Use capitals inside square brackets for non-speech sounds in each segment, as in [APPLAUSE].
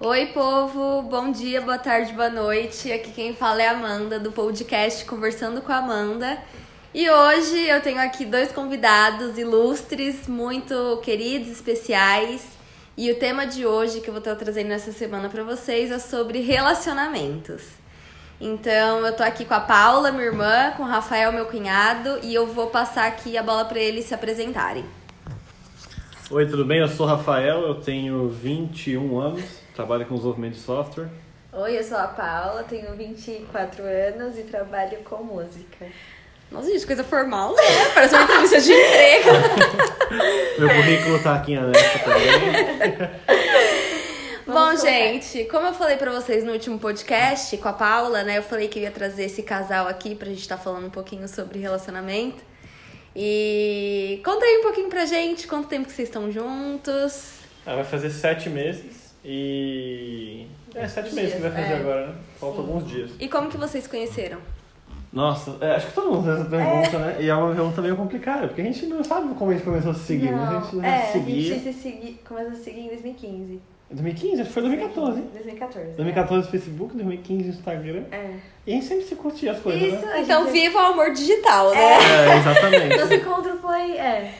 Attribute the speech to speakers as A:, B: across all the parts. A: Oi, povo! Bom dia, boa tarde, boa noite. Aqui quem fala é a Amanda, do podcast Conversando com a Amanda. E hoje eu tenho aqui dois convidados ilustres, muito queridos, especiais. E o tema de hoje que eu vou estar trazendo essa semana para vocês é sobre relacionamentos. Então, eu tô aqui com a Paula, minha irmã, com o Rafael, meu cunhado, e eu vou passar aqui a bola para eles se apresentarem.
B: Oi, tudo bem? Eu sou o Rafael, eu tenho 21 anos, trabalho com desenvolvimento de software.
C: Oi, eu sou a Paula, tenho 24 anos e trabalho com música.
A: Nossa, gente, coisa formal, né? Parece uma entrevista de emprego.
B: Meu currículo tá aqui em anexo também.
A: Bom,
C: Vamos começar.
A: gente, como eu falei pra vocês no último podcast com a Paula, né? Eu falei que eu ia trazer esse casal aqui pra gente estar falando um pouquinho sobre relacionamento. E conta aí um pouquinho pra gente, quanto tempo que vocês estão juntos.
D: Ah, vai fazer sete meses e. É, sete
C: Dias,
D: meses que vai fazer
C: é.
D: agora, né? Faltam alguns dias.
A: E como que vocês conheceram?
B: Nossa, é, acho que todo mundo fez essa pergunta, né? E é uma pergunta meio complicada, porque a gente não sabe como a gente começou a se seguir, né? A gente não
C: é,
B: se
C: a
B: seguia.
C: gente se segui... começou a seguir em 2015.
B: 2015? Acho que foi 2014, hein?
C: 2014. né?
B: 2014 Facebook, 2015 Instagram.
C: É.
B: E a gente sempre se curtia as coisas,
C: Isso, Então,
B: né?
C: a
A: Então,
C: gente... é
A: viva o amor digital, né?
B: É,
C: [LAUGHS] Nosso
B: exatamente.
C: encontro foi, é,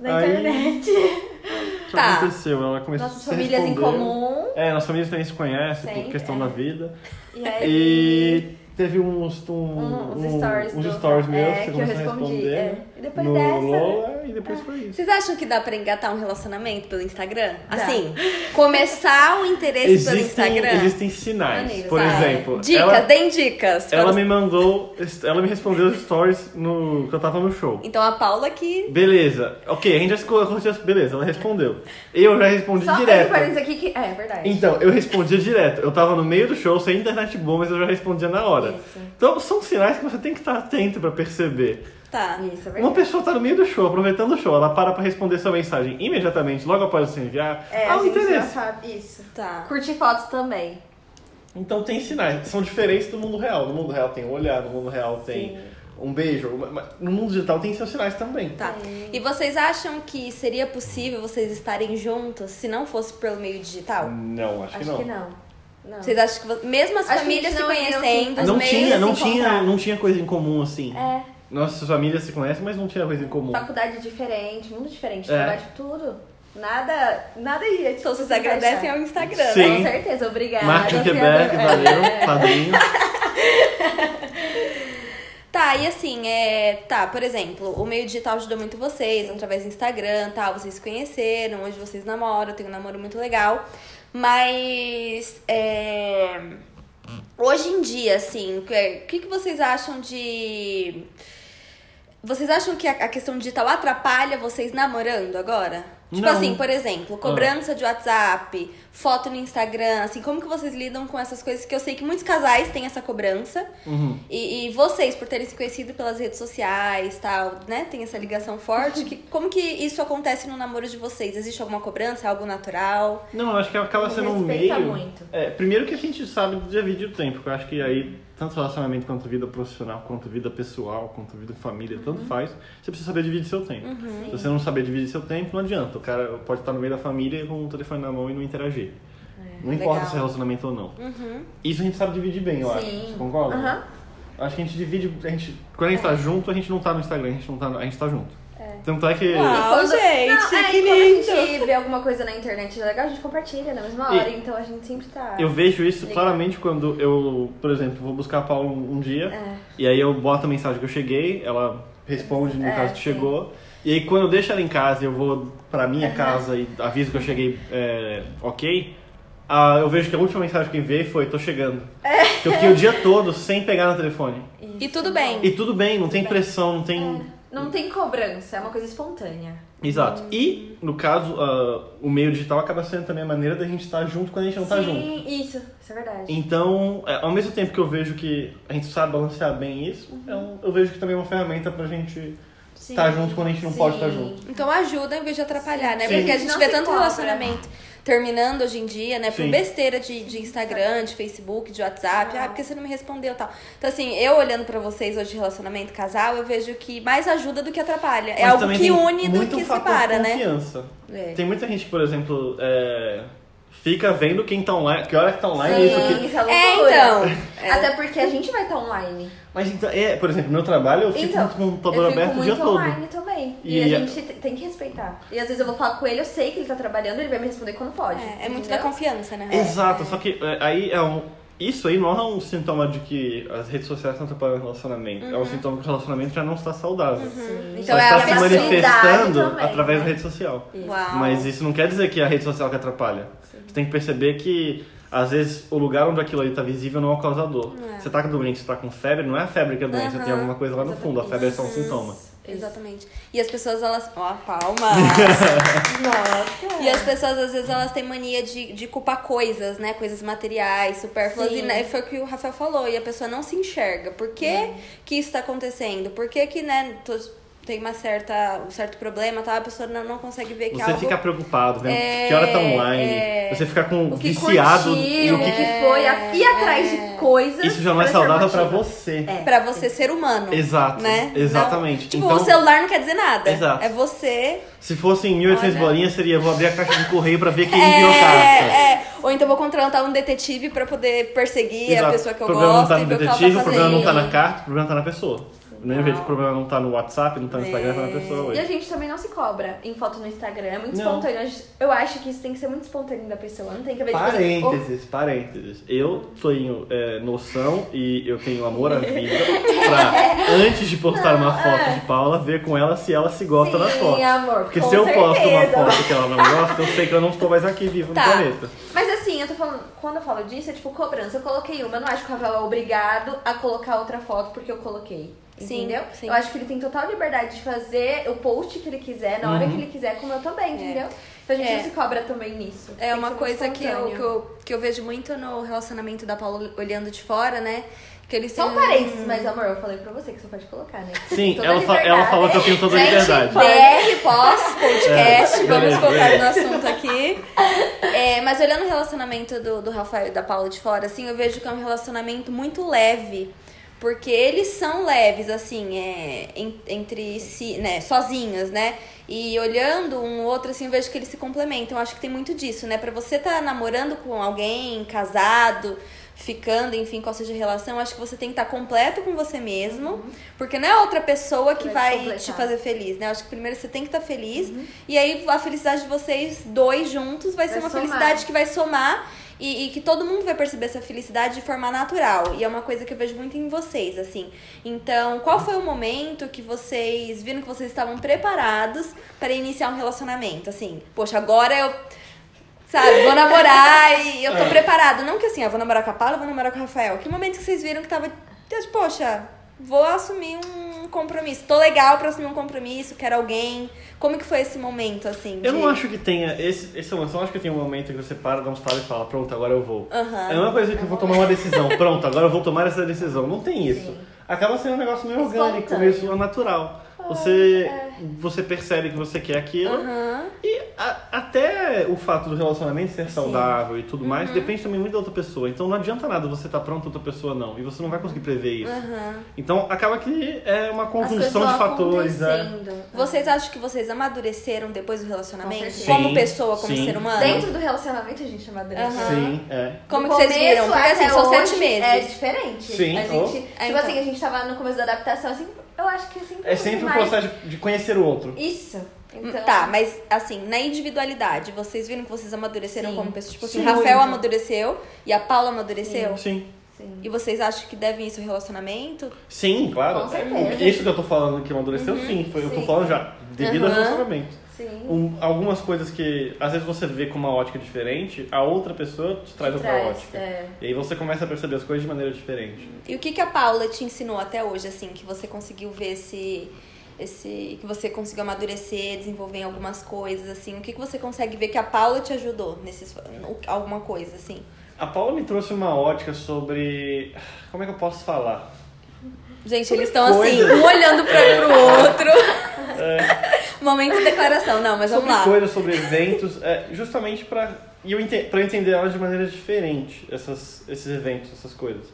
C: na
B: Aí-
C: internet.
B: O que
A: Tá.
B: aconteceu? Ela começou a
C: Nossas
B: se
C: famílias em
B: responder.
C: comum.
B: É, nossas famílias também se conhecem por
C: Sempre,
B: questão
C: é.
B: da vida.
C: E aí...
B: E teve uns, um,
C: um- uns
B: um-
C: stories.
B: uns
C: do-
B: stories meus
C: é,
B: que você
C: que eu
B: começou a
C: respondi.
B: responder.
C: é.
B: né?
C: E depois
B: no
C: dessa...
B: Lola e depois foi isso.
A: Vocês acham que dá pra engatar um relacionamento pelo Instagram?
C: Dá.
A: Assim, começar o interesse pelo
B: Existem,
A: Instagram?
B: existem sinais.
C: Maneiras,
B: Por
C: vai.
B: exemplo,
A: Dicas,
B: ela,
A: deem dicas.
B: ela
A: Fala-
B: me mandou, ela me respondeu os stories no, que eu tava no show.
A: Então a Paula que.
B: Beleza, ok, a gente já se conheceu, beleza, ela respondeu. Eu já respondi
C: Só abre
B: direto.
C: parênteses aqui que... É, verdade.
B: Então, eu respondia direto. Eu tava no meio do show, sem internet boa, mas eu já respondia na hora.
C: Isso.
B: Então, são sinais que você tem que estar atento pra perceber.
A: Tá.
C: Isso, é
B: Uma
C: verdade.
B: pessoa tá no meio do show, aproveitando o show, ela para pra responder sua mensagem imediatamente, logo após você enviar,
C: É,
B: há
C: a
B: um
C: gente já
B: interesse.
C: sabe. Isso.
A: Tá.
C: Curtir fotos também.
B: Então tem sinais, são diferentes do mundo real. No mundo real tem um olhar, no mundo real tem um beijo. uma- mas No mundo digital tem seus sinais também.
A: Tá. E vocês acham que seria possível vocês estarem juntos se não fosse pelo meio digital?
B: Não, acho,
C: Acho que não. Não.
A: Vocês acham que vo- mesmo as
C: Acho que
A: famílias se
C: a gente não ia-
A: conhecendo, os
B: Não
A: meios
B: tinha, não
A: se
B: tinha,
A: encontraram?
B: não tinha coisa em comum assim.
C: É,
B: Nossas famílias se conhecem, mas não tinha coisa em comum.
C: faculdade diferente, mundo diferente,
B: É.
C: trabalho de tudo. Nada, nada ia. Tipo,
A: Então vocês
C: se
A: agradecem
C: encaixar.
A: ao Instagram,
B: Sim.
A: né?
C: Com certeza, obrigada.
B: Martin
C: criador.
B: Quebec,
C: É.
B: valeu,
C: [LAUGHS]
B: padrinho.
A: Tá, e assim, é. Tá, por exemplo, o meio digital ajudou muito vocês, através do Instagram tal, vocês se conheceram, hoje vocês namoram, tem um namoro muito legal. Mas. É, hoje em dia, assim, o que, o que que vocês acham de. Vocês acham que a a questão digital atrapalha vocês namorando agora? Tipo
B: Não.
A: assim, por exemplo, cobrança de WhatsApp, foto no Instagram, assim, como que vocês lidam com essas coisas? Que eu sei que muitos casais têm essa cobrança.
B: Uhum.
A: E, e vocês, por terem se conhecido pelas redes sociais tal, né? Tem essa ligação forte. Que, como que isso acontece no namoro de vocês? Existe alguma cobrança? É Algo natural?
B: Não, eu acho que acaba sendo um
C: Respeita
B: meio.
C: muito.
B: É, primeiro que a gente sabe divide o tempo, que eu acho que aí, tanto relacionamento quanto vida profissional, quanto vida pessoal, quanto vida em família,
C: Uhum.
B: tanto faz, você precisa saber dividir seu tempo. Se você não saber dividir seu tempo, não adianta. O cara pode estar no meio da família com o telefone na mão e não interagir. não importa
A: legal.
B: se é relacionamento ou não.
A: Uhum.
B: Isso a gente sabe dividir bem, eu acho.
C: Sim.
B: Você concorda?
C: Aham.
B: Acho que a gente divide. A gente, quando a gente tá junto, a gente não tá no Instagram, a gente não tá. no- A gente tá junto.
C: É.
B: Tanto é que.
A: Uau. Ó, gente,
C: não, é,
A: que
C: e quando a
A: lindo.
C: gente vê alguma coisa na internet é legal, a gente compartilha na mesma
B: E-
C: hora, então a gente sempre tá.
B: Eu vejo isso
C: Legal.
B: claramente quando eu, por exemplo, vou buscar a Paula um um dia
C: É.
B: e aí eu boto a mensagem que eu cheguei, ela responde no
C: É,
B: caso que
C: sim.
B: chegou. E aí quando eu deixo ela em casa e eu vou pra minha casa e aviso que eu cheguei é, ok, ah, eu vejo que a última mensagem que eu enviei foi tô chegando.
C: É.
B: Que eu fiquei o dia todo sem pegar no telefone.
A: E tudo bem.
B: E tudo bem, não tem pressão, não tem.
C: Não tem cobrança, é uma coisa espontânea.
B: Exato. E, no caso, ah, o meio digital acaba sendo também a maneira da gente estar junto quando a gente não tá junto.
C: Sim, isso, isso é verdade.
B: Então, é, ao mesmo tempo que eu vejo que a gente sabe balancear bem isso, eu, eu vejo que também é uma ferramenta pra gente
C: Sim.
B: estar junto quando a gente não pode estar
C: Sim.
B: junto.
A: Então ajuda em vez de atrapalhar, né?
B: Sim.
A: Porque a
C: Sim.
A: gente
C: Não
A: vê
C: se
A: tanto
C: cobra.
A: relacionamento terminando hoje em dia, né? Por
B: Sim.
A: besteira de, de Instagram, de Facebook, de WhatsApp. Ah, porque você não me respondeu tal. Então, assim, eu olhando pra vocês hoje de relacionamento casal, eu vejo que mais ajuda do que atrapalha. É
B: Mas
A: algo
B: também
A: que
B: tem
A: une do
B: muito
A: que
B: fator
A: separa, né?
B: confiança.
A: É.
B: Tem muita gente, por exemplo, é, fica vendo quem tá online, que hora que tá online
C: Sim.
B: isso aqui.
C: isso é loucura.
A: É, então.
C: Até porque a gente vai estar online.
B: Mas então, é, por exemplo, meu trabalho eu fico
C: Então,
B: com o computador
C: eu fico
B: aberto o
C: muito
B: dia todo.
C: online também. E,
B: E é-
C: a
B: a-
C: gente te- tem que respeitar. E às vezes eu vou falar com ele, eu sei que ele tá trabalhando, ele vai me responder quando pode.
A: É, é muito da
C: entendeu?
A: confiança, né?
B: Exato, só que é, aí é um. Isso aí não é um sintoma de que as redes sociais estão atrapalhando o relacionamento. É um sintoma que o relacionamento já não está saudável.
A: Então
B: Só
A: é
B: está
A: a
B: tá se
A: pessoa.
B: manifestando
C: também,
B: através
C: né?
B: da rede social.
A: Uau.
B: Mas isso não quer dizer que é a rede social que atrapalha. Você tem que perceber que, às vezes, o lugar onde aquilo ali está visível não é o causador. Você tá com doente, você tá com febre, não é a febre que é a doença,
A: Aham,
B: tem alguma coisa lá no fundo. A febre é só um sintoma.
A: Exatamente. E as pessoas, elas. Ó, a
B: [LAUGHS]
A: palma!
C: Nossa.
A: e as pessoas, às vezes, elas têm mania de, de culpar coisas, né? Coisas materiais, supérfluas.
C: Sim.
A: E né, foi o que o Rafael falou. E a pessoa não se enxerga. Por que,
C: É.
A: que isso tá acontecendo? Por que, que né, tô- tem uma certa, um certo problema, tá? A pessoa não, não consegue ver que é
B: Você
A: algo...
B: fica preocupado, vendo
A: É,
B: que hora tá online,
A: é.
B: você fica com
C: O que
B: viciado
C: curtiu,
B: no que,
C: o
B: que-
C: que foi, a- ir atrás de coisas.
B: Isso já não é saudável pra
C: transformativas.
B: você.
C: É.
A: Pra você ser humano.
B: Exato,
A: Né?
B: exatamente.
A: Não- tipo,
B: então,
A: o celular não quer dizer nada.
B: Exato.
A: É você.
B: se fosse em 1800
A: Olha.
B: bolinhas, seria vou abrir a caixa de correio pra ver quem enviou a carta.
A: É, é. Ou então vou contratar um detetive pra poder perseguir a
B: Exato.
A: pessoa que eu
B: o problema
A: gosto
B: não tá
A: e
B: no
A: ver o que ela
B: detetive,
A: tá
B: o problema não tá
A: fazendo.
B: na carta, o problema tá na pessoa. No mesmo jeito que o problema não tá no WhatsApp, não tá no Instagram, tá na pessoa.
C: E a gente também não se cobra em foto no Instagram. É muito
B: Não.
C: espontâneo. A gente- Eu acho que isso tem que ser muito espontâneo da pessoa. Não tem que ver tipo, assim, oh,
B: Parênteses, parênteses. Eu tenho é, noção e eu tenho amor à vida pra, antes de postar uma foto de Paula, ver com ela se ela se gosta da
C: sim,
B: foto.
C: amor,
B: Porque
C: com
B: se eu posto uma
C: certeza.
B: foto que ela não gosta, eu sei que eu não estou mais aqui vivo
A: Tá.
B: no planeta.
C: Mas assim, eu tô falando, quando eu falo disso, é tipo cobrança. Eu coloquei uma, eu não acho que o Rafael é obrigado a colocar outra foto porque eu coloquei.
A: Sim,
C: Entendeu?
A: sim.
C: Eu acho que ele tem total liberdade de fazer o post que ele quiser, na
B: Uhum.
C: hora que ele quiser, como eu também, entendeu? Então a gente
A: É.
C: não se cobra também nisso. Tem
A: É
C: que
A: uma
C: ser
A: coisa que eu,
C: espontâneo.
A: que, eu, que eu vejo muito no relacionamento da Paula olhando de fora, né? Que eles
C: Só um
A: têm
C: parênteses, mas amor, eu falei pra você que você pode colocar, né?
B: Sim,
C: Toda
B: ela, fa-
C: liberdade.
B: ela falou que eu tenho toda a
A: Gente,
B: liberdade.
A: BR pós-podcast,
B: É,
A: vamos
B: beleza,
A: focar no
B: beleza.
A: assunto aqui. É, mas olhando o relacionamento do, do Rafael e da Paula de fora, assim, eu vejo que é um relacionamento muito leve. Porque eles são leves, assim, é, en- entre si, né, sozinhos, né? E olhando um ao outro, assim, eu vejo que eles se complementam. Eu acho que tem muito disso, né? Pra você tá namorando com alguém, casado, ficando, enfim, qual seja a relação, eu acho que você tem que estar completo com você mesmo. Porque não é outra pessoa que
C: Uhum. Vai
A: vai
C: completar. Uhum.
A: te fazer feliz, né? Eu acho que primeiro você tem que estar feliz. E aí a felicidade de vocês dois juntos vai, ser
C: Vai
A: uma
C: somar.
A: felicidade que vai somar e, e que todo mundo vai perceber essa felicidade de forma natural. E é uma coisa que eu vejo muito em vocês, assim. Então, qual foi o momento que vocês viram que vocês estavam preparados para iniciar um relacionamento? Assim, poxa, agora eu. Sabe, vou namorar e eu
B: É.
A: tô preparada. Não que assim, eu vou namorar com a Paula, eu vou namorar com o Rafael. Que momento que vocês viram que tava. tipo, Poxa, vou assumir um compromisso. Tô legal pra assumir um compromisso, quero alguém. Como que foi esse momento, assim?
B: Eu
A: de-
B: não acho que tenha. Esse, esse lance, eu não acho que tem um momento que você para, dá uns talos e fala, pronto, agora eu vou.
A: Aham.
B: É a mesma coisa que eu vou tomar uma decisão. Pronto, agora eu vou tomar essa decisão. Não tem isso. Acaba sendo um negócio meio orgânico,
C: Espontâneo. É,
B: meio natural. Você, você percebe que você quer aquilo.
A: Aham.
B: E a- até o fato do relacionamento ser saudável e tudo mais
C: Uhum.
B: depende também muito da outra pessoa. Então não adianta nada você estar pronto outra pessoa não. E você não vai conseguir prever isso.
A: aham.
B: Então acaba que é uma
C: Uhum. As coisas
B: conjunção
C: vão
B: de fatores. né?
C: acontecendo.
A: Vocês acham que vocês amadureceram depois do relacionamento?
C: Com certeza.
A: como
B: Sim,
A: pessoa, como
B: sim.
A: ser humano?
C: Dentro do relacionamento a gente amadurece.
A: Aham.
B: Sim, é.
A: Como
C: Do
A: que vocês
C: começo
A: viram? Porque assim,
C: até
A: são
C: hoje
A: sete meses.
C: É diferente.
B: Sim,
C: A gente,
B: oh.
C: Tipo
A: É, então.
C: assim, a gente tava no começo da adaptação, assim, eu acho que é sempre.
B: É sempre um
C: mais-
B: processo de- de conhecer o outro.
C: Isso. Então,
A: Tá, mas assim, na individualidade, vocês viram que vocês amadureceram
C: Sim.
A: como pessoas? Tipo assim,
B: Sim,
A: Rafael
B: muito.
A: amadureceu e a Paula amadureceu?
B: Sim.
C: Sim.
A: E vocês acham que devem isso ao relacionamento?
B: Sim, claro.
C: Com certeza. Uhum.
B: Isso que eu tô falando que amadureceu, sim. Foi, Eu tô
C: Sim.
B: falando já, devido ao
A: Aham.
B: relacionamento.
C: Sim.
B: Um- algumas coisas que às vezes você vê com uma ótica diferente, a outra pessoa te traz outra
C: Traz,
B: ótica.
C: é.
B: E aí você começa a perceber as coisas de maneira diferente.
A: E o que, que a Paula te ensinou até hoje, assim, que você conseguiu ver esse. esse que você conseguiu amadurecer, desenvolver em algumas coisas, assim? O que, que você consegue ver que a Paula te ajudou nesses. no- alguma coisa, assim?
B: A Paula me trouxe uma ótica sobre. Como é que eu posso falar?
A: Gente, eles estão assim,
B: coisas.
A: um olhando pra, pro outro. [LAUGHS] Momento de declaração, não, mas vamos
B: sobre
A: lá.
B: coisas, sobre eventos, é, justamente para eu ente- pra eu entender elas de maneira diferente, essas, esses eventos, essas coisas.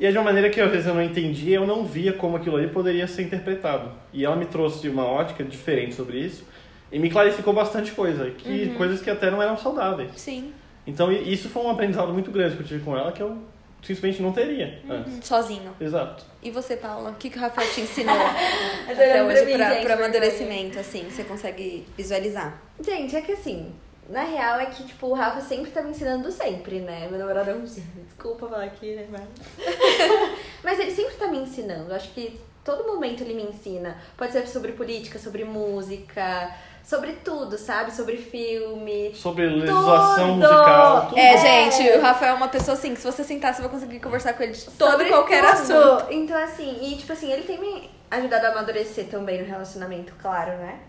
B: E é de uma maneira que às vezes eu não entendia, eu não via como aquilo ali poderia ser interpretado. E ela me trouxe uma ótica
A: Uhum.
B: diferente sobre isso e me clarificou bastante coisa, que coisas que até não eram saudáveis.
A: Sim.
B: Então i- isso foi um aprendizado muito grande que eu tive com ela que eu simplesmente não teria
A: Uhum.
B: antes.
A: Sozinho.
B: Exato.
A: E você, Paula? O que, que o Rafael te
C: [LAUGHS]
A: ensinou
C: Eu tô
A: até
C: olhando
A: hoje
C: mim,
A: pra, pra
C: gente, vergonha.
A: amadurecimento, assim, que você consegue visualizar?
C: Gente, é que assim, na real é que, tipo, o Rafa sempre tá me ensinando sempre, né? Meu namorado é um gênio. Desculpa falar aqui, né? Mas... [LAUGHS] Mas ele sempre tá me ensinando. Acho que todo momento ele me ensina. Pode ser sobre política, sobre música, sobre tudo, sabe? Sobre filme.
B: Sobre legislação
C: Tudo!
B: musical, tudo.
A: É, gente, o Rafael é uma pessoa assim, que se você sentar, você vai conseguir conversar com ele de todo
C: sobre
A: qualquer
C: tudo.
A: assunto.
C: Então, assim, e tipo assim, ele tem me ajudado a amadurecer também no relacionamento, claro, né?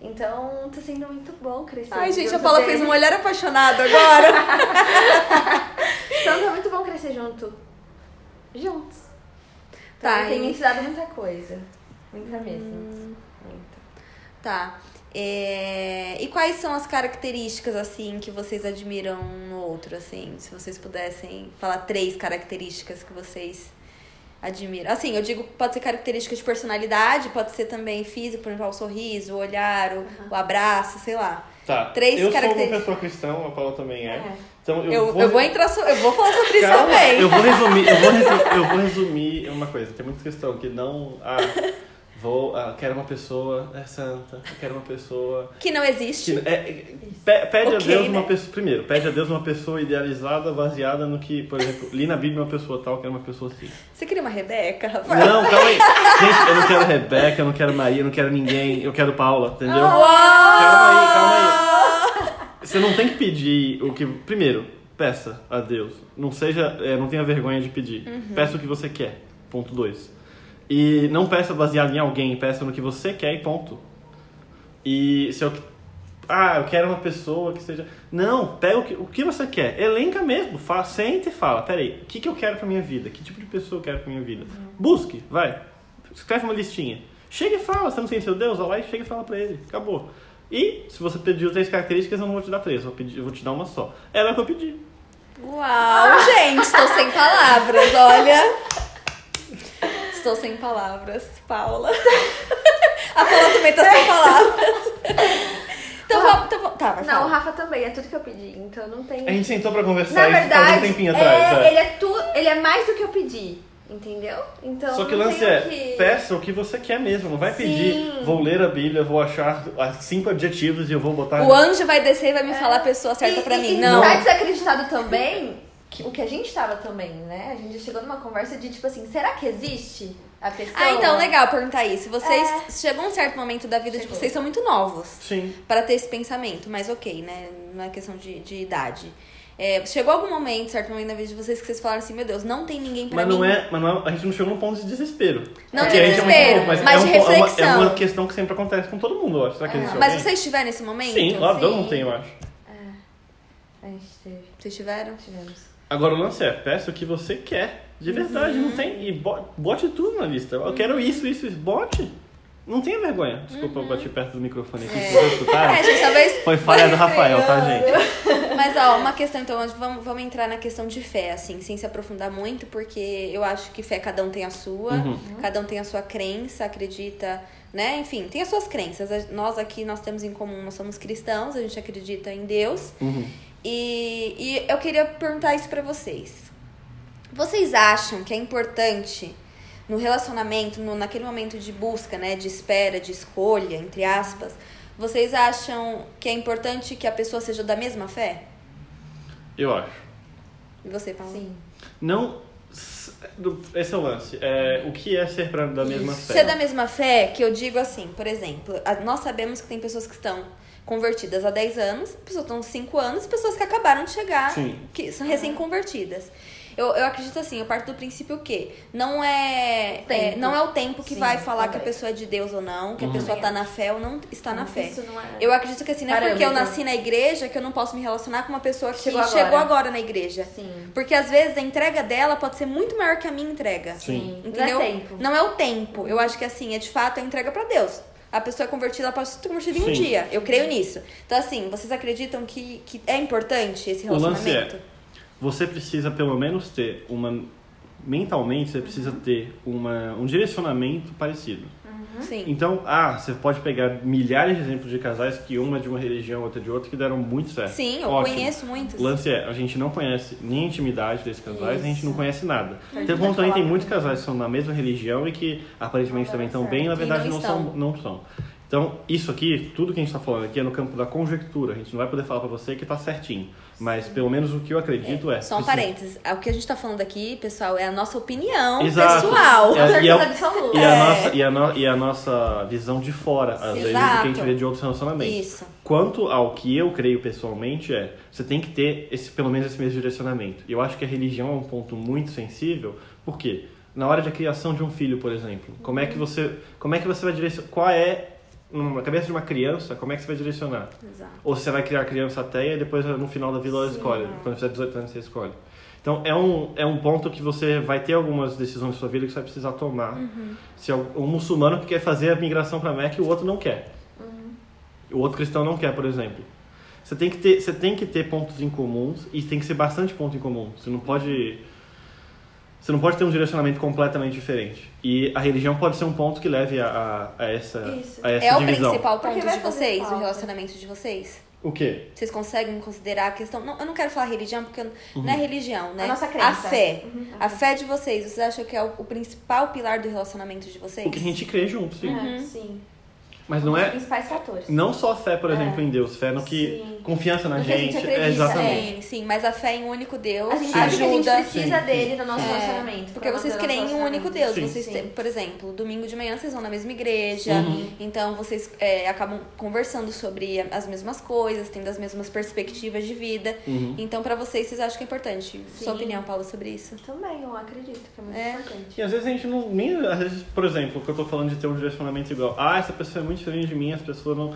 C: Então, tá sendo muito bom crescer.
A: Ai, gente, a
C: junto Tá
A: Paula
C: dele.
A: fez um olhar apaixonado
C: [LAUGHS]
A: agora.
C: Então tá muito bom crescer junto. Juntos. Então,
A: Tá,
C: ele tem
A: e-
C: me ensinado muita coisa. Muita mesmo.
A: Hum.
C: Muita.
A: tá. É, E quais são as características, assim, que vocês admiram um no outro, assim? Se vocês pudessem falar três características que vocês admiram. Assim, eu digo, pode ser características de personalidade, pode ser também físico, por exemplo, o sorriso, o olhar, o, o abraço, sei lá.
B: Tá.
A: Três
B: eu sou uma
A: características.
B: pessoa cristã, a Paula também é.
C: É.
B: Então eu,
A: Eu,
B: vou,
A: entrar, so- eu vou falar sobre isso
B: Calma,
A: também.
B: Eu vou resumir, eu vou resumir, eu vou resumir uma coisa. Tem muita questão que não ah, vou, ah, quero uma pessoa é santa, eu quero uma pessoa
A: Que não existe.
B: que- é, é, pe- pede a
A: Ok,
B: Deus
A: né?
B: uma pessoa primeiro, pede a Deus uma pessoa idealizada, baseada no que, por exemplo, li na Bíblia uma pessoa tal, quero uma pessoa assim.
A: Você queria uma Rebeca, Rafael?
B: Não, calma aí. Gente, eu não quero Rebeca, eu não quero Maria, eu não quero ninguém, eu quero Paula, entendeu? Calma aí, calma aí. Você não tem que pedir o que. Primeiro, peça a Deus. Não seja. é, não tenha vergonha de pedir. Peça o que você quer. Ponto 2. E não peça baseado em alguém, peça no que você quer e ponto. E se eu. Ah, eu quero uma pessoa que seja. Não, pega o que, o que você quer. Elenca mesmo. Fala, senta e fala. Peraí, o que, que eu quero pra minha vida? Que tipo de pessoa eu quero pra minha vida? Busque, vai. Escreve uma listinha. Chega e fala. Você não tem seu Deus? Olha lá e chega e fala pra ele. Acabou. E se você pediu três características, eu não vou te dar três. Eu vou, pedir- eu vou te dar uma só. Era o que eu pedi.
A: Uau, gente, estou sem palavras, olha. Estou sem palavras, Paula. A Paula também tá sem palavras. Então vamos. Então, vamos- tá, vai
C: Não, o
A: falar.
C: Rafa também, é tudo que eu pedi, então não tem.
B: A gente sentou pra
C: Na
B: conversar isso faz um
C: verdade,
B: tempinho
C: é,
B: atrás. é.
C: ele é tu, ele é mais do que eu pedi, entendeu? Então
B: Só que o
C: não
B: lance
C: tenho
B: é,
C: que...
B: peça o que você quer mesmo. Não vai
C: Sim.
B: pedir, vou ler a Bíblia, vou achar as cinco adjetivos e eu vou botar...
A: O anjo vai descer e vai me falar a pessoa certa
C: E-
A: pra
C: e-
A: mim.
C: E
A: Não.
C: tá desacreditado também que- o que a gente tava também, né? A gente já chegou numa conversa de tipo assim, será que existe a pessoa?
A: Ah, então, legal perguntar isso. Vocês. Chegou um certo momento da vida de
C: É. Chegou.
A: vocês, são muito novos.
B: Sim.
A: para ter esse pensamento, mas ok, né? Não é questão de, de idade. É, chegou algum momento, certo momento na vida de vocês, que vocês falaram assim, meu Deus, não tem ninguém pra
B: Mas
A: mim.
B: não, é, mas não é- a gente não chegou num ponto de desespero.
A: Não
B: Porque
A: de
B: a gente é muito
A: desespero,
B: louco,
A: mas de
B: é um po- é uma- É
A: reflexão.
B: uma, questão que sempre acontece com todo mundo, eu acho. Será que existe
A: Mas então,
B: alguém?
A: vocês tiveram esse momento?
B: Sim, claro, eu
C: sim.
B: não tenho, eu acho.
C: A gente teve,
A: Vocês tiveram?
C: tivemos.
B: Agora o lance é, peça o que você quer. De verdade,
A: Uhum.
B: não tem. E bo- bote tudo na lista. Eu quero isso, isso, isso. Bote. Não tenha vergonha. Desculpa, eu bati perto do microfone aqui, vocês escutaram?
A: Uhum. [LAUGHS] É, gente, talvez.
B: Foi falha do Rafael, tá, gente?
A: Mas ó, uma questão, então, antes, vamos, vamos entrar na questão de fé, assim, sem se aprofundar muito, porque eu acho que fé cada um tem a sua,
B: Uhum.
A: cada um tem a sua crença, acredita, né? Enfim, tem as suas crenças. A- Nós aqui, nós temos em comum, nós somos cristãos, a gente acredita em Deus.
B: Uhum.
A: E, e eu queria perguntar isso pra vocês. Vocês acham que é importante no relacionamento, no, naquele momento de busca, né, de espera, de escolha, entre aspas, vocês acham que é importante que a pessoa seja da mesma fé?
B: Eu acho.
A: E você, Paulo?
C: Sim.
B: Não. s- do- Esse é o lance. É, o que é ser pra, da mesma fé?
A: Ser da mesma fé, que eu digo assim, por exemplo, a- nós sabemos que tem pessoas que estão convertidas há 10 anos, pessoas que estão há 5 anos, pessoas que acabaram de chegar,
B: Sim.
A: que são recém-convertidas. Eu, eu acredito assim, eu parto do princípio que não é, é-
C: Tempo.
A: não é o tempo que
C: Sim,
A: vai falar que a
C: também.
A: pessoa é de Deus ou não,
B: Uhum.
A: que a pessoa tá na fé ou não está na fé.
C: Isso não é.
A: Eu acredito que assim, não é porque eu
C: Parâmetro.
A: nasci na igreja que eu não posso me relacionar com uma pessoa que chegou
C: Chegou
A: agora,
C: agora.
A: na igreja.
C: Sim.
A: Porque às vezes a entrega dela pode ser muito maior que a minha entrega.
B: Sim.
A: Entendeu?
C: Não é tempo.
A: Não é o tempo. Eu acho que assim, é de fato a entrega pra Deus. A pessoa é convertida, ela pode ser convertida em um
B: Sim.
A: dia. Eu creio nisso. Então, assim, vocês acreditam que, que é importante esse
B: O lance
A: relacionamento?
B: é, você precisa pelo menos
A: Uhum.
B: ter uma mentalmente você precisa ter uma, um direcionamento parecido.
A: Sim.
B: Então, ah, você pode pegar milhares de exemplos de casais que uma é de uma religião, outra de outra, que deram muito certo.
A: Sim, eu
B: Ótimo.
A: conheço muitos.
B: O lance é, a gente não conhece nem a intimidade desses casais, a gente não conhece nada.
A: Então,
B: Tem
A: a gente
B: como
A: vai
B: também tem
A: falar.
B: muitos casais que são da mesma religião e que aparentemente também estão bem, na
A: E
B: verdade
A: não
B: não são, não são. Então, isso aqui, tudo que a gente está falando aqui é no campo da conjectura. A gente não vai poder falar pra você que tá certinho. Mas pelo menos o que eu acredito é.
A: Só um
B: precisa-
A: parênteses. O que a gente tá falando aqui, pessoal, é a nossa opinião
B: Exato.
A: pessoal.
B: É, e é o-
C: absoluta.
B: E a,
A: É.
B: nossa, e, a no- e a nossa visão de fora, às vezes, do que a gente
A: Exato.
B: vê de outros relacionamentos.
A: Isso.
B: Quanto ao que eu creio pessoalmente é, você tem que ter esse pelo menos esse mesmo direcionamento. E Eu acho que a religião é um ponto muito sensível, porque na hora da criação de um filho, por exemplo, como é que você, como é que você vai direcionar? Qual é na cabeça de uma criança, como é que você vai direcionar?
A: Exato.
B: Ou você vai criar a criança ateia e depois no final da vida ela escolhe. Quando fizer 18 anos, você escolhe. Então é um, é um ponto que você vai ter algumas decisões na sua vida que você vai precisar tomar.
A: Uhum.
B: Se é um muçulmano que quer fazer a migração para Meca e o outro não quer.
A: Uhum.
B: O outro cristão não quer, por exemplo. Você tem que ter, você tem que ter pontos em comuns e tem que ser bastante ponto em comum. Você não pode você não pode ter um direcionamento completamente diferente. E a religião pode ser um ponto que leve a, a, a essa,
C: Isso.
B: a essa
A: É o
B: divisão.
A: principal
C: Porque
A: ponto
C: vai
A: de
C: fazer
A: vocês,
C: falta.
A: o relacionamento de vocês?
B: O quê?
A: Vocês conseguem considerar a questão. Não, eu não quero falar religião, porque eu-
B: Uhum.
A: não é religião, né?
C: A nossa crença.
A: A fé. A fé de vocês, vocês acham que é o, o principal pilar do relacionamento de vocês?
B: O que a gente crê junto, sim.
A: Uhum.
C: É, sim.
B: Mas não
C: Um dos
B: é
C: principais fatores.
B: não só fé, por exemplo, em Deus, fé no que
C: É. Sim.
B: confiança na
C: No que a
B: gente,
C: gente acredita,
B: é, exatamente.
A: Sim, sim, mas a fé em um único Deus
C: A gente sabe que a gente
A: ajuda.
C: precisa
B: Sim,
C: dele no nosso
A: É,
C: relacionamento.
A: Porque
C: pra
A: vocês
C: manter o nosso
A: creem em um único Deus.
B: Sim.
A: vocês
C: Sim.
A: têm- por exemplo, domingo de manhã vocês vão na mesma igreja.
B: Uhum.
A: Então vocês é, acabam conversando sobre as mesmas coisas, tendo as mesmas perspectivas de vida.
C: é.
B: Uhum.
A: Então, pra vocês, vocês acham que é importante? Sua
C: Sim.
A: opinião, Paula, sobre isso?
C: Também, eu acredito que é muito
A: É.
C: importante.
B: E às vezes a gente não. Nem, às vezes, por exemplo, que eu tô falando de ter um direcionamento igual. Ah, essa pessoa é muito diferente de mim, as pessoas não.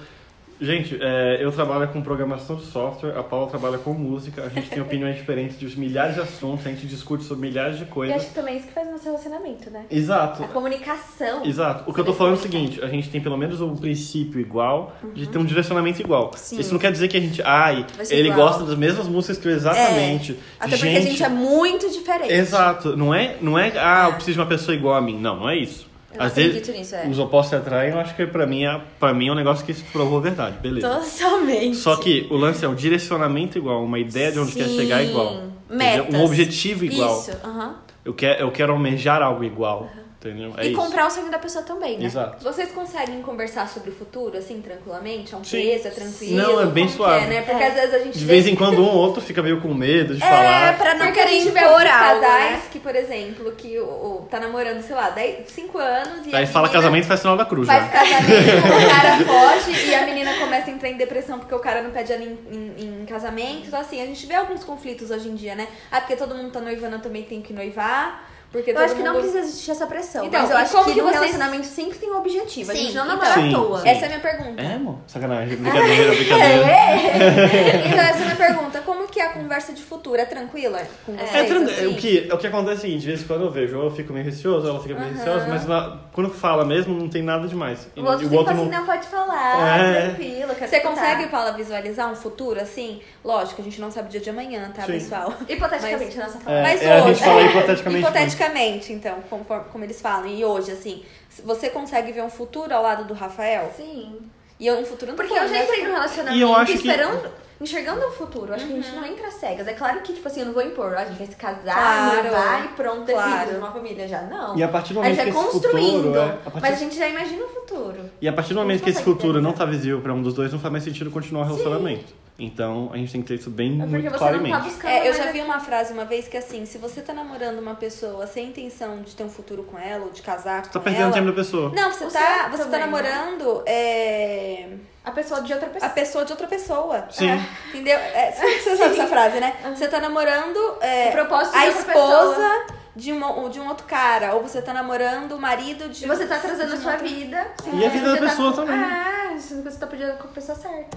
B: Gente, é, eu trabalho com programação de software, a Paula trabalha com música, a gente tem opiniões [LAUGHS] diferentes de milhares de assuntos, a gente discute sobre milhares de
C: E acho
B: coisas.
C: que também é isso que faz o nosso relacionamento, né?
B: Exato.
C: A comunicação.
B: Exato. O que eu tô falando é o seguinte, a gente tem pelo menos um princípio igual, de ter um direcionamento igual.
A: Uhum. Sim.
B: Isso não quer dizer que a gente, ai,
A: Vai ser
B: ele
A: igual.
B: gosta das mesmas músicas que eu exatamente.
A: Até porque a gente é muito diferente.
B: Exato. Não é, não é, ah, eu preciso de uma pessoa igual a mim. Não, não é isso.
A: Eu não
B: Às
A: acredito
B: vezes
A: nisso, é.
B: os opostos se atraem, eu acho que pra mim é, para mim é um negócio que se provou verdade, beleza.
A: Totalmente.
B: Só que o lance é um direcionamento igual, uma ideia de onde quer
A: Sim.
B: chegar é igual. Entendeu?
A: Metas.
B: Um objetivo igual.
A: Isso, aham.
B: Eu quero, eu quero almejar algo igual, entendeu? É
C: e
B: isso.
C: comprar o sonho da pessoa também, né?
B: Exato.
A: Vocês conseguem conversar sobre o futuro, assim, tranquilamente? É um
B: Sim.
C: Tá
A: peso, é tranquilo?
B: Não, é bem
A: Como que
B: suave.
A: né? Porque às vezes a gente...
B: De vez em quando um ou outro fica meio com medo de
A: É,
B: falar.
A: pra não
C: Porque a
A: querer
C: gente vê
A: impor
C: alguns
A: casais
C: casais
A: que, por exemplo, que o, o- tá namorando, sei lá, 5 anos e a
B: Aí fala
C: né?
A: menina
B: casamento faz sinal da cruz,
A: Faz
B: né?
A: casamento, o cara foge e a menina começa a entrar em depressão porque o cara não pede ela em, em- em casamento. Então, assim, a gente vê alguns conflitos hoje em dia, né? Ah, porque todo mundo tá noivando, eu também tenho que noivar. Porque
C: Eu
A: todo
C: acho que não
A: mundo-
C: precisa existir essa pressão.
A: Então,
C: mas eu
A: e
C: acho
A: como
C: que,
A: que
C: no
A: vocês-
C: relacionamento sempre tem um objetivo. A
A: Sim,
C: gente não
A: então-
C: namora
B: Sim,
C: à toa.
B: sim.
A: Essa é a minha pergunta.
B: É, amor? Sacanagem. Brincadeira, brincadeira.
C: É,
A: Então, essa é a minha pergunta. Como que é a conversa de futuro? É tranquila com vocês?
B: É, tran-
A: assim?
B: o, que, o que acontece é o seguinte, de vez em quando eu vejo, ou eu fico meio receoso, ela fica meio
A: Aham.
B: receosa, mas na- quando fala mesmo, não tem nada demais. E-
C: O outro
B: e
C: sempre fala assim, não pode falar,
B: É.
C: tranquilo. quero
A: Você
C: escutar.
A: consegue, Paula, visualizar um futuro assim? Lógico, a gente não sabe o dia de amanhã, tá,
B: Sim.
A: pessoal?
C: Hipoteticamente, a nossa fala.
B: É,
A: Mas
B: é, a
A: hoje-
B: gente fala hipoteticamente.
A: Hipoteticamente, então, conforme- como eles falam. E hoje, assim, você consegue ver um futuro ao lado do Rafael?
C: Sim.
A: E eu no futuro não tô
C: Porque eu
A: falando,
C: já
A: né?
C: entrei num relacionamento
B: E eu acho que-
C: esperando, enxergando o futuro. Acho que a gente
A: Uhum.
C: não entra às cegas. É claro que, tipo assim, eu não vou impor. ó, A gente vai se casar,
A: Claro.
C: noivar e pronto, ter
A: Claro.
C: filhos, uma família já. Não.
B: E a partir do
C: a
B: momento
C: gente
B: que
C: vai
B: esse
C: é construindo.
B: futuro... É, a partir,
C: Mas a gente já imagina o futuro.
B: E a partir do
C: a gente
B: momento que esse
C: consegue
B: futuro não
C: realizar.
B: tá visível pra um dos dois, não faz mais sentido continuar o relacionamento. Então, a gente tem que ter isso bem
C: É porque
B: muito
C: você não
B: claramente.
C: tá buscando.
A: É, eu
C: mais
A: já vi
C: aquilo.
A: uma frase uma vez que assim, se você tá namorando uma pessoa sem intenção de ter um futuro com ela ou de casar com
B: Tá perdendo
A: ela,
B: tempo da pessoa.
A: Não, você
C: O
A: tá,
C: certo
A: você tá
C: também, né?
A: namorando é,
C: A pessoa de outra
A: a
C: pessoa.
A: pessoa de outra pessoa.
B: Sim.
A: Entendeu? É, você você sabe essa frase, né? Você tá namorando é,
C: O propósito
A: a
C: de outra pessoa.
A: esposa de, uma, ou de um outro cara. Ou você tá namorando o marido de.
C: E você tá trazendo
A: de
C: a
A: um
C: sua
A: outro-
C: vida.
B: E a vida da
C: Você tá-
B: pessoa também.
C: Ah, sendo que você tá pedindo com a pessoa certa.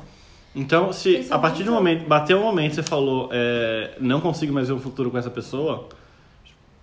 B: Então, se
C: Pensamento.
B: a partir do momento, bateu um momento que você falou, é, não consigo mais ver um futuro com essa pessoa,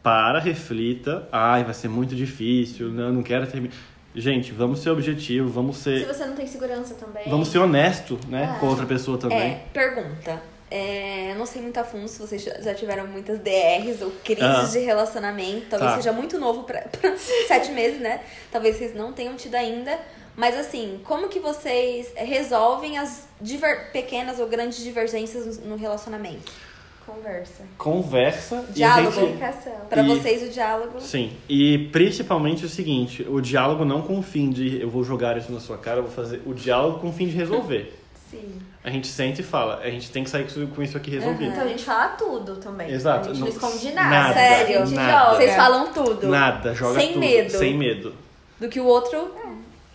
B: para, reflita, ai, vai ser muito difícil, não, não quero terminar. Gente, vamos ser objetivo, vamos
C: Se
B: ser,
C: você não tem segurança também.
B: vamos ser honesto, né,
C: Ah.
B: com outra pessoa também.
A: É, pergunta. É, eu não sei muito a fundo se vocês já já tiveram muitas DRs ou crises
B: Ah.
A: de relacionamento. Talvez
B: Tá.
A: seja muito novo pra, [LAUGHS] pra sete meses, né? Talvez vocês não tenham tido ainda. Mas assim, como que vocês resolvem as diver- pequenas ou grandes divergências no no relacionamento?
C: Conversa.
B: Conversa
A: Diálogo.
B: e a gente...
C: Comunicação.
A: Pra
B: E-
A: vocês o diálogo.
B: Sim, e principalmente o seguinte, o diálogo não com o fim de eu vou jogar isso na sua cara, eu vou fazer o diálogo com o fim de resolver.
C: Sim.
B: A gente sente e fala, a gente tem que sair com isso- com isso aqui resolvido.
C: Então a gente fala tudo também.
B: Exato.
C: A gente não,
B: Não-
C: esconde nada.
B: nada,
C: A gente
B: nada.
C: joga.
A: Vocês falam tudo.
B: Nada, joga
A: Sem
B: tudo,
A: medo.
B: sem medo.
A: Do que o
C: Tá
A: outro.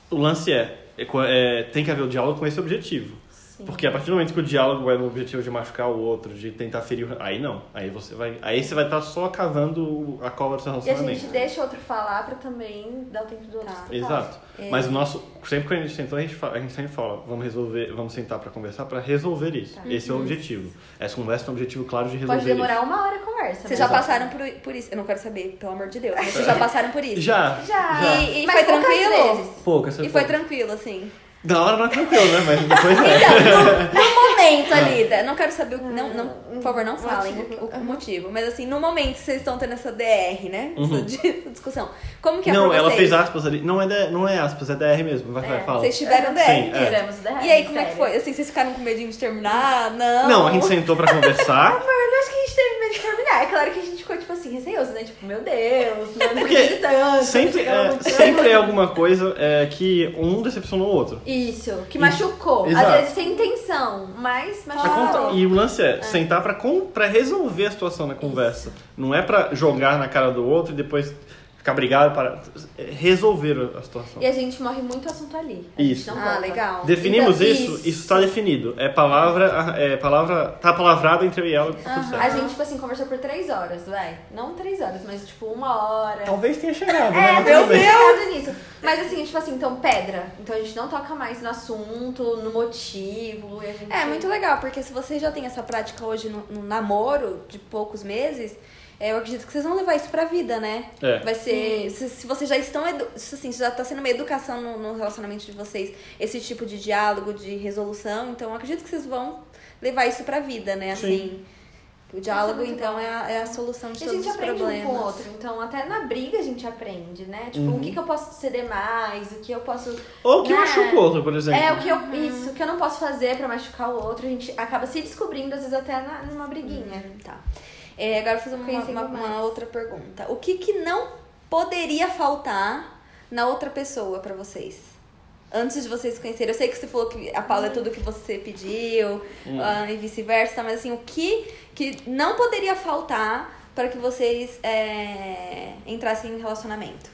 B: O lance é, é co- é, tem que haver o diálogo com esse objetivo.
C: Sim.
B: Porque a partir do momento que o diálogo é no objetivo de machucar o outro, de tentar ferir, o- aí não, aí você vai, aí você vai estar só cavando o- a cova do seu
C: E a gente
B: relacionamento.
C: deixa o outro falar pra também dar o tempo do outro
A: Tá.
C: escutar.
B: Exato. Mas o nosso, sempre que a gente sentou, a gente, fala, a gente sempre fala, vamos resolver, vamos sentar pra conversar pra resolver isso.
C: Tá.
B: Esse é o objetivo. Essa conversa é um objetivo claro de resolver
C: Pode demorar
B: isso.
C: uma hora a conversa. né?
A: Vocês já
C: mas-
A: passaram por, por isso. Eu não quero saber, pelo amor de Deus. Mas vocês já passaram por isso.
B: É. Já.
C: Já.
B: Já.
A: E, e
C: Mas
A: foi
C: poucas
A: tranquilo?
C: vezes.
B: Pouca, essa
A: E foi tranquilo, assim.
B: Da hora não é tranquilo, né? Mas depois é.
A: Momento
B: Ah.
A: ali, da- não quero saber o não, não, por favor, não falem
C: Motivo.
A: o, o motivo, mas assim, no momento que vocês estão tendo essa DR, né? Essa, di- essa discussão. Como que é
B: Uhum. não,
A: pra
B: ela
A: vocês?
B: fez aspas ali. Não é, da- não é aspas, é DR mesmo. Vai, vai, fala.
A: Vocês tiveram DR.
B: Sim, é.
C: Tiramos o derrame,
A: E aí, como é que
C: sério.
A: foi? Assim, vocês ficaram com medinho de terminar? Não.
B: Não, a gente sentou pra
C: [LAUGHS]
B: conversar.
C: Eu não acho que a gente teve medo de terminar. É claro que a gente ficou, tipo assim, receoso, né? Tipo, meu Deus, não
B: Porque
C: acreditando.
B: Sempre
C: chegava
B: é,
C: muito
B: sempre é alguma coisa é, que um decepcionou o outro.
C: Isso, que machucou.
B: Exato.
C: Às vezes sem intenção, mas
B: Pra contar-
C: machucou.
B: E o lance é, sentar pra, con- pra resolver a situação na conversa. Não é pra jogar na cara do outro e depois ficar brigado para é resolver a situação.
C: E a gente morre muito assunto ali. A
B: Isso.
C: Gente não
A: Ah,
C: volta.
A: legal.
B: tá. Definimos
C: Então,
B: isso,
C: isso.
B: isso está definido. É palavra, é palavra, tá palavrado entre eu e ela. tá tudo certo.
C: A gente, tipo assim, conversou por três horas, vai. Não três horas, mas tipo uma hora.
B: Talvez tenha chegado, né?
C: É,
B: Mas
C: meu
B: tudo Então, bem.
C: Deus! nisso. Mas assim, tipo assim, então pedra. Então a gente não toca mais no assunto, no motivo. e a gente-
A: É muito legal, porque se vocês já têm essa prática hoje no, no namoro de poucos meses, é, eu acredito que vocês vão levar isso pra vida, né?
B: É.
A: Vai ser. Se, se vocês já estão. edu- se, assim, se já tá sendo uma educação no, no relacionamento de vocês, esse tipo de diálogo, de resolução, então eu acredito que vocês vão levar isso pra vida, né? Assim. O diálogo,
C: Isso é muito
A: então, é a, é a solução de
C: E a
A: todos
C: gente
A: os
C: aprende um
A: problemas.
C: com o outro. Então até na briga a gente aprende, né? Tipo,
B: Uhum.
C: o que, que eu posso ceder mais, o que eu posso.
B: Ou que
C: Né?
B: machuca o outro, por exemplo.
C: É, o que eu. Isso, o que eu não posso fazer pra machucar o outro. A gente acaba se descobrindo, às vezes, até na- numa briguinha.
A: Tá. É, agora eu vou fazer
C: Conheci
A: uma, uma-
C: demais.
A: uma outra pergunta. O que, que não poderia faltar na outra pessoa pra vocês? Antes de vocês se conhecerem. Eu sei que você falou que a Paula é tudo que você pediu
B: Hum.
A: ah, e vice-versa, mas assim, o que, que não poderia faltar para que vocês é, entrassem em
B: [LAUGHS]
A: relacionamento?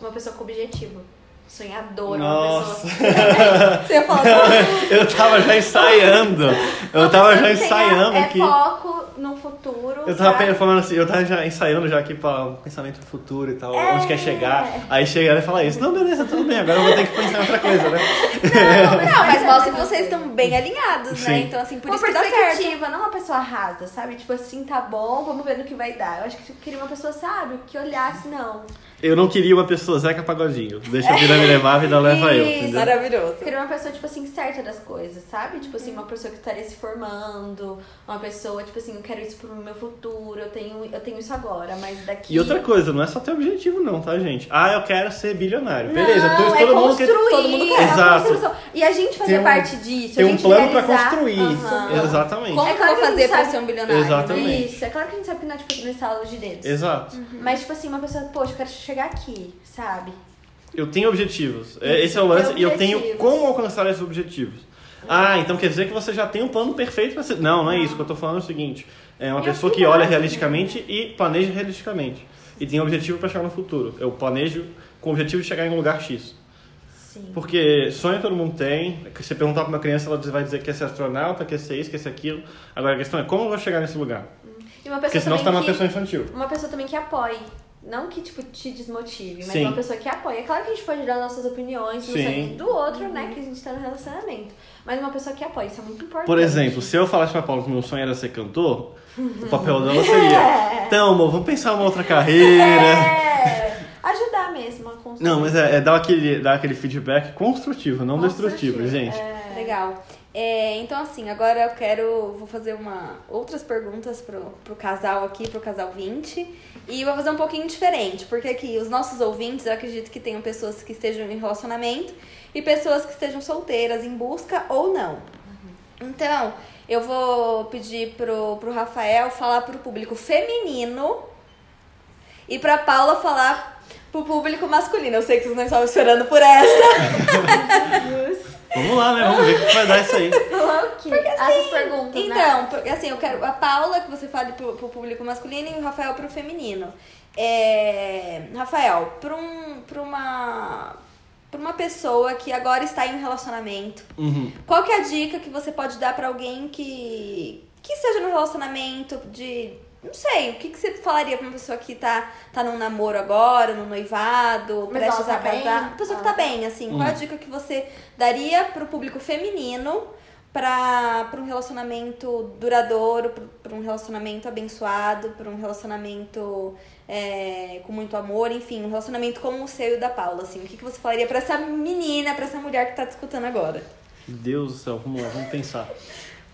C: Uma pessoa com objetivo. Sonhadora,
B: Nossa.
C: né, uma assim. pessoa.
A: Você ia falar,
B: [LAUGHS] Eu tava já ensaiando. [LAUGHS] Eu tava já
C: Pessoa que tenha,
B: ensaiando
C: é
B: aqui.
C: foco no futuro.
B: Eu tava
C: sabe?
B: pe- falando assim, eu tava já ensaiando já aqui pra um pensamento do futuro e tal,
C: É.
B: onde quer chegar. Aí chega ela e fala isso. Não, beleza, tudo bem, agora eu vou ter que pensar em outra coisa, né? [LAUGHS]
A: não, mas mostra que vocês estão bem alinhados, né?
B: Sim.
A: Então, assim, por
C: uma
A: isso que dá certo.
C: perspectiva, não uma pessoa rasa, sabe? Tipo assim, tá bom, vamos ver no que vai dar. Eu acho que eu queria uma pessoa, sabe, que olhasse, não.
B: Eu não queria uma pessoa Zeca Pagodinho. Deixa a vida me levar, a vida leva eu,
A: Isso,
B: entendeu?
A: maravilhoso.
C: Eu queria uma pessoa, tipo assim, certa das coisas, sabe? Tipo assim,
A: Hum.
C: uma pessoa que estaria se formando, uma pessoa, tipo assim, eu quero isso pro meu futuro, eu tenho, eu tenho isso agora, mas daqui.
B: E outra coisa, não é só ter objetivo não, tá, gente? Ah, eu quero ser bilionário. Beleza, então um
C: não,
B: todo,
C: é
B: todo mundo
C: construir,
B: quer...
A: todo mundo quer.
C: é uma
B: Exato.
C: construção. E a gente fazer
B: Tem um-
C: parte disso,
B: Tem
C: a
B: um
C: gente
B: plano pra
C: realizar-
B: construir.
A: Aham.
B: Exatamente.
A: Como que
C: É
A: eu vou
C: claro que a gente
A: fazer pra
C: sabe-
A: ser um bilionário?
B: Exato.
A: Né?
B: Também.
C: Isso, é claro que a gente sabe que não é tipo no estalo de dedos.
B: Exato.
C: Mas, tipo assim, uma pessoa, poxa, eu quero chegar aqui, sabe?
B: Eu tenho objetivos. É,
C: Isso,
B: Esse é o lance.
C: tem
B: E eu tenho
C: objetivos.
B: como alcançar esses objetivos. Ah, então quer dizer que você já tem um plano perfeito pra ser. Não, não é isso. O que eu tô falando é o seguinte: é uma
C: É
B: pessoa que
C: verdade,
B: olha
C: né?
B: realisticamente e planeja realisticamente. E tem um objetivo pra chegar no futuro. Eu planejo com o objetivo de chegar em um lugar X.
C: Sim.
B: Porque sonho todo mundo tem. Se você perguntar pra uma criança, ela vai dizer que quer ser astronauta, quer ser isso, quer ser aquilo. Agora a questão é como eu vou chegar nesse lugar?
C: E uma
B: Porque
C: pessoa
B: senão você tá
C: também
B: numa
C: que...
B: pessoa infantil.
C: Uma pessoa também que apoie. Não que, tipo, te desmotive, mas
B: Sim.
C: uma pessoa que apoia. É claro que a gente pode dar nossas opiniões,
B: Sim.
C: opiniões do outro, né? Que a gente tá no relacionamento. Mas uma pessoa que apoia, isso é muito importante.
B: Por exemplo, se eu falasse pra Paula que meu sonho era ser cantor, o papel dela
C: [LAUGHS]
B: seria. Então, amor, vamos pensar uma outra carreira.
C: É, ajudar mesmo a construir.
B: Não, mas é, é dar, aquele, dar aquele feedback construtivo, não
C: Construtivo,
B: destrutivo, gente.
A: Legal. É, então, assim, agora eu quero. Vou fazer uma, outras perguntas pro, pro casal aqui, pro casal 20. E vou fazer um pouquinho diferente, porque aqui os nossos ouvintes, eu acredito que tenham pessoas que estejam em relacionamento e pessoas que estejam solteiras, em busca ou não. Então, eu vou pedir pro, pro Rafael falar pro público feminino e pra Paula falar pro público masculino. Eu sei que vocês não estavam esperando por essa.
B: Vamos lá, né? Vamos ver o que vai dar isso aí.
C: Falar o quê? Essas perguntas, né?
A: assim, Então, por- assim, eu quero a Paula que você fale pro, pro público masculino e o Rafael pro feminino. É, Rafael, pra, um, pra, uma, pra uma pessoa que agora está em um relacionamento,
B: Uhum.
A: qual que é a dica que você pode dar pra alguém que, que esteja no relacionamento de... Não sei, o que, que você falaria pra uma pessoa que tá, tá num namoro agora, num noivado,
C: Mas
A: prestes
C: ela
A: a
C: tá bem?
A: casar? Uma pessoa que tá bem, assim, qual é a dica que você daria pro público feminino pra, pra um relacionamento duradouro, pra, pra um relacionamento abençoado, pra um relacionamento é, com muito amor, enfim, um relacionamento como o seu e o da Paula, assim, o que, que você falaria pra essa menina, pra essa mulher que tá te escutando agora?
B: Meu Deus do céu, vamos lá, vamos pensar.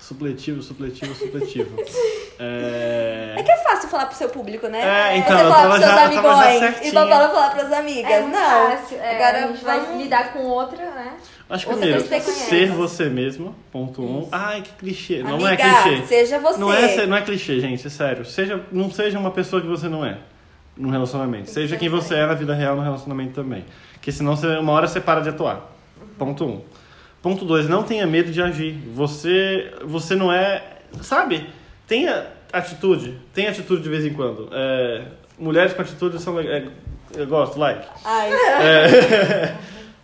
B: Supletivo, supletivo, supletivo. É...
A: É que é fácil falar pro seu público, né?
B: É, então,
A: você
B: eu
A: falar
B: tava
A: pros seus
B: já- eu tava já
A: amigões e
B: certinho.
A: pra Paula falar pras amigas.
C: É muito
A: não.
C: fácil, é,
A: Agora
C: a gente vai
A: vamos-
C: lidar com outra, né?
B: Acho que
A: Você
B: primeiro,
A: tem que ter
B: ser
A: conhece.
B: você mesmo, ponto um. Ai, que clichê. não é
A: Amiga,
B: clichê.
A: seja você.
B: Não é, não é clichê, gente, é sério. Seja, não seja uma pessoa que você não é no relacionamento. Seja quem você é na vida real no relacionamento também. Porque senão você, uma hora você para de atuar. Ponto um. Ponto dois, não tenha medo de agir. Você, você não é. Sabe? Tenha atitude. Tenha atitude de vez em quando. É, mulheres com atitude são. le- é, eu gosto, like.
A: Ai,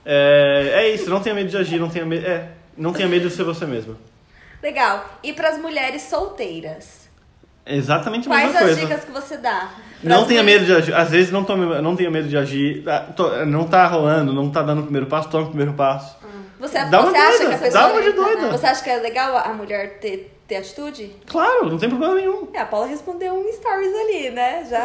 B: É, é isso, não tenha medo de agir, não tenha medo. É, não tenha medo de ser você mesma.
A: legal. E pras mulheres solteiras?
B: É exatamente a
A: Quais
B: mesma
A: as
B: coisa.
A: dicas que você dá?
B: Não tenha
A: mulheres-
B: medo de agir. Às vezes não, tome, não tenha medo de agir. Ah, tô- Não tá rolando, não tá dando o primeiro passo, toma o primeiro passo.
A: Você, é-
B: Dá uma
A: você acha
B: doida,
A: que a pessoa.
B: dá uma de doida.
A: Você acha que é legal a mulher ter, ter atitude?
B: Claro, não tem problema nenhum.
A: É, a Paula respondeu um stories ali, né?
B: [LAUGHS]
A: Já.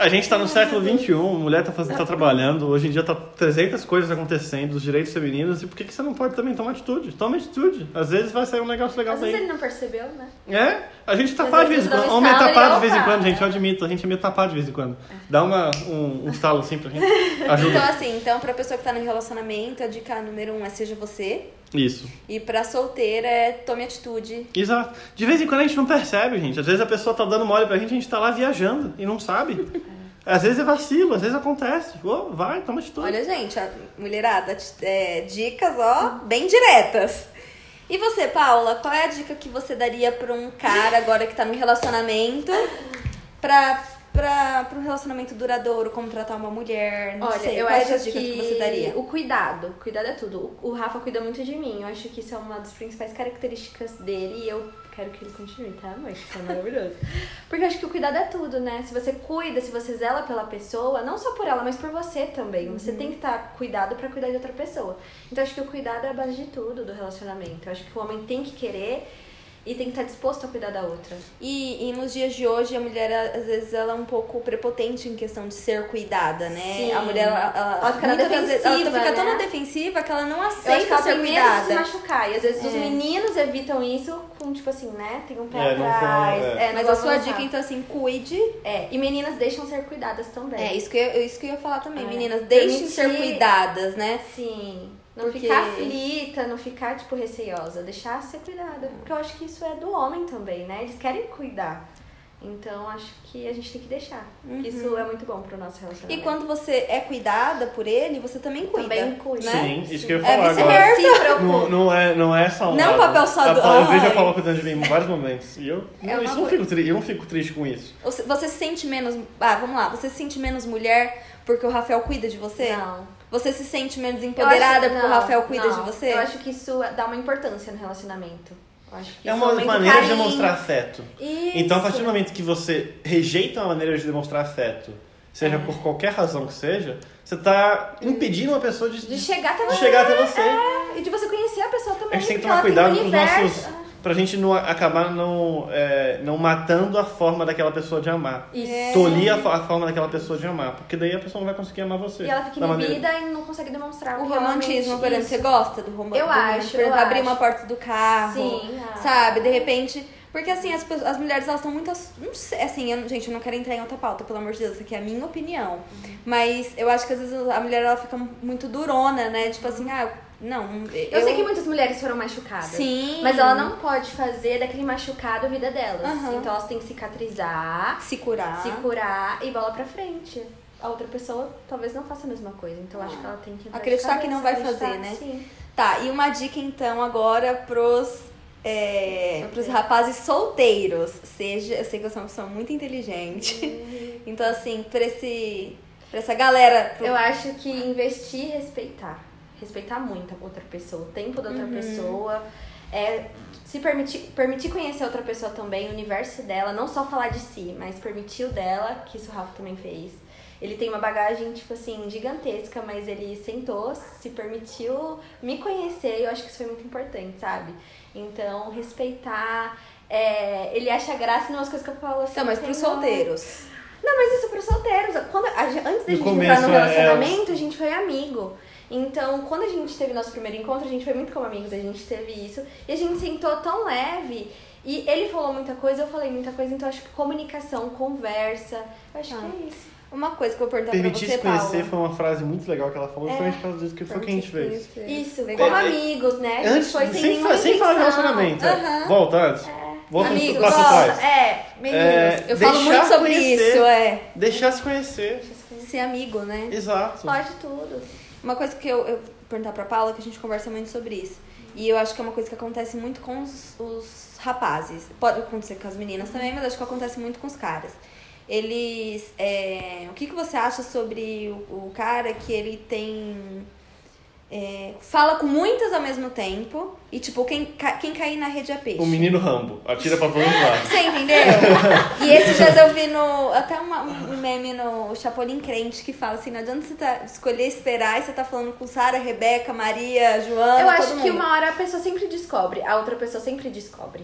B: A gente tá no século XXI, a mulher tá, fazendo, tá trabalhando, hoje em dia tá 300 coisas acontecendo, os direitos femininos, e por que, que você não pode também tomar atitude? Toma atitude. Às vezes vai sair um negócio legal
C: Às vezes
B: daí.
C: ele não percebeu, né?
B: É? A gente tá
C: Às
B: tapado de vez
C: vezes
B: em
C: dá um
B: quando. Homem é
C: estalo e
B: tapado de vez em
C: opa.
B: quando, gente, eu admito. A gente é meio tapado de vez em quando. Dá uma, um, um estalo assim pra gente.
A: Então,
B: Ajuda.
A: assim, então, pra pessoa que tá no relacionamento, a dica número um é seja você.
C: Então-
B: Isso.
A: E pra solteira é tome atitude.
B: Exato. De vez em quando a gente não percebe, gente. Às vezes a pessoa tá dando mole pra gente, a gente tá lá viajando e não sabe. Às vezes é vacilo, às vezes acontece. Ô, vai, toma atitude.
A: Olha, gente, a mulherada, ati- é, dicas, ó, bem diretas. E você, Paula, qual é a dica que você daria pra um cara agora que tá no relacionamento pra, pra, pra um relacionamento duradouro, como tratar uma mulher? Não
C: Olha,
A: sei.
C: eu
A: Quais
C: acho
A: as dicas que... você daria?
C: o cuidado, cuidado é tudo. O, o Rafa cuida muito de mim, eu acho que isso é uma das principais características dele e eu quero que ele continue, tá, mãe? Isso
A: [LAUGHS]
C: é maravilhoso. Porque eu acho que o cuidado é tudo, né? Se você cuida, se você zela pela pessoa, não só por ela, mas por você também.
A: Uhum.
C: Você tem que estar cuidado pra cuidar de outra pessoa. Então eu acho que o cuidado é a base de tudo do relacionamento. Eu acho que o homem tem que querer e tem que estar disposto a cuidar da outra.
A: E, e nos dias de hoje, a mulher, às vezes, ela é um pouco prepotente em questão de ser cuidada, né?
C: Sim.
A: A mulher, ela, ela,
C: Ela fica na
A: muitas vezes- ela
C: defensiva,
A: fica tão
C: né?
A: na defensiva que ela É. não
C: Eu acho que
A: aceita
C: ela
A: ser
C: tem medo de se
A: cuidada.
C: machucar. E às vezes os meninos evitam isso com, tipo assim, né? Tem um pé
B: É, não vão,
C: atrás.
B: é.
C: não
A: Mas
C: vão
A: a sua
C: avançar.
A: dica, então, assim, cuide.
C: É, e meninas deixam ser cuidadas também.
A: É, isso que eu, isso que eu ia falar também.
C: É.
A: Meninas, deixem
C: Permitir-
A: ser cuidadas, né?
C: Sim. Assim, Não
A: Porque-
C: ficar aflita, não ficar, tipo, receiosa. Deixar ser cuidada. Porque eu acho que isso é do homem também, né? Eles querem cuidar. Então, acho que a gente tem que deixar. Isso é muito bom pro nosso
A: Uhum. E
C: relacionamento.
A: quando você é cuidada por ele, você também cuida.
C: Também cuida.
A: né?
B: Sim, isso que eu ia
A: É
B: falar agora.
A: vice-versa.
B: Não, não é, não é só um
A: Não
B: lado.
A: papel só
B: A
A: do-
B: Paula- Eu vejo
A: Ai.
B: a Paula cuidando de mim em vários momentos. E eu,
A: É
B: não,
A: uma
B: isso eu não
A: coisa.
B: fico tri- eu não fico triste com isso.
A: Ou se- Você se sente menos... Ah, vamos lá. Você se sente menos mulher porque o Rafael cuida de você?
C: Não.
A: Você se sente menos
C: Eu acho-
A: empoderada porque o
C: não,
A: Rafael cuida
C: não.
A: de você?
C: Eu acho que isso dá uma importância no relacionamento. Eu acho que
A: um
B: é
C: isso
B: uma
C: aumenta o
B: maneira de
C: carinho.
B: demonstrar afeto.
C: Isso.
B: Então, a partir do momento que você rejeita uma maneira de demonstrar afeto, seja
A: É.
B: por qualquer razão que seja, você tá impedindo uma pessoa de,
C: De chegar até
B: de
C: você.
B: chegar até você.
A: É.
C: E de você conhecer a pessoa também.
B: A gente tem que
C: porque ela
B: tomar cuidado
C: tem
B: com
C: um
B: os
C: universo.
B: nossos pra gente não a- acabar não, é, não matando a forma daquela pessoa de amar.
C: Isso.
A: É.
B: Tolir a, fo- a forma daquela pessoa de amar, porque daí a pessoa não vai conseguir amar você.
C: E ela fica
B: da maneira-
C: inibida e não consegue demonstrar
A: O
C: que realmente
A: romantismo, por exemplo, você
C: isso.
A: gosta do romantismo?
C: Eu acho,
A: Por exemplo,
C: eu
A: abrir
C: acho.
A: uma porta do carro.
C: Sim. Ah.
A: Sabe? De repente. Porque assim, as, pessoas- as mulheres elas estão muito. ass- Não sei, assim, eu, gente, eu não quero entrar em outra pauta, pelo amor de Deus, isso aqui é a minha opinião.
C: Uhum.
A: Mas eu acho que às vezes a mulher ela fica muito durona, né? Tipo assim, ah, não.
C: Eu, sei que muitas mulheres foram machucadas.
A: Sim.
C: Mas ela não pode fazer daquele machucado a vida delas.
A: Aham.
C: Então elas têm que cicatrizar,
A: Se curar.
C: se curar e bola pra frente. A outra pessoa talvez não faça a mesma coisa. Então acho que ela tem que. entrar de
A: Ah. Acreditar que não vai
C: cabeça,
A: fazer,
C: acreditar, Sim.
A: Tá, e uma dica então agora pros, é,
C: Solteiros.
A: pros rapazes solteiros. Seja, eu sei que eu sou uma pessoa muito inteligente. [LAUGHS] Então, assim, pra, esse, pra essa galera. pro-
C: Uhum. Eu acho que investir e respeitar. Respeitar muito a outra pessoa, o tempo da outra
A: Uhum.
C: pessoa. É se permitir, permitir conhecer outra pessoa também, o universo dela, não só falar de si, mas permitir o dela, que isso o Rafa também fez. Ele tem uma bagagem, tipo assim, gigantesca, mas ele sentou, se permitiu me conhecer e eu acho que isso foi muito importante, sabe? Então, respeitar. é, ele acha graça em umas coisas que eu falo assim.
A: Então, mas pros
C: "Ai, não,
A: solteiros.
C: não, mas isso pros solteiros. Quando, a gen- antes da
B: No
C: gente
B: começo,
C: entrar no
B: é,
C: relacionamento, a gente foi amigo. Então, quando a gente teve nosso primeiro encontro, a gente foi muito como amigos, a gente teve isso. E a gente sentou tão leve. E ele falou muita coisa, eu falei muita coisa. Então, acho que comunicação, conversa. Eu acho que é isso.
A: Uma coisa que eu vou perguntar
B: Permitir
A: pra você,
B: se conhecer
A: Paula.
B: foi uma frase muito legal que ela
C: É.
B: falou, justamente por causa disso, que foi o que a gente fez.
C: Isso,
A: Legal.
C: como
B: É, é,
C: amigos, né? A gente
B: Antes,
C: foi
B: sem,
C: sem,
B: sem,
C: nenhuma
B: falar de
C: intenção.
B: relacionamento. é.
A: Aham.
B: Volta antes. Volta
A: Amigos,
B: um passo
A: volta.
B: atrás.
C: É, meninos.
B: É,
A: Eu falo
B: deixar
A: muito sobre
B: conhecer.
A: isso, é.
B: Deixar se conhecer.
A: Ser amigo, né?
B: Exato.
C: Pode tudo.
A: Uma coisa que eu, eu vou perguntar pra Paula, que a gente conversa muito sobre isso. E eu acho que é uma coisa que acontece muito com os, os rapazes. Pode acontecer com as meninas também, mas acho que acontece muito com os caras. Eles. é, o que, que você acha sobre o, o cara que ele tem. é, fala com muitas ao mesmo tempo e, tipo, quem, ca- quem cair na rede é peixe.
B: O menino Rambo. Atira pra todos os lados.
A: Você entendeu? e esses dias eu vi no. Até uma- um meme no Chapolin Crente que fala assim: não adianta você tá, escolher esperar e você tá falando com Sara, Rebeca, Maria, Joana.
C: Eu
A: todo
C: acho
A: mundo.
C: que uma hora a pessoa sempre descobre, a outra pessoa sempre descobre.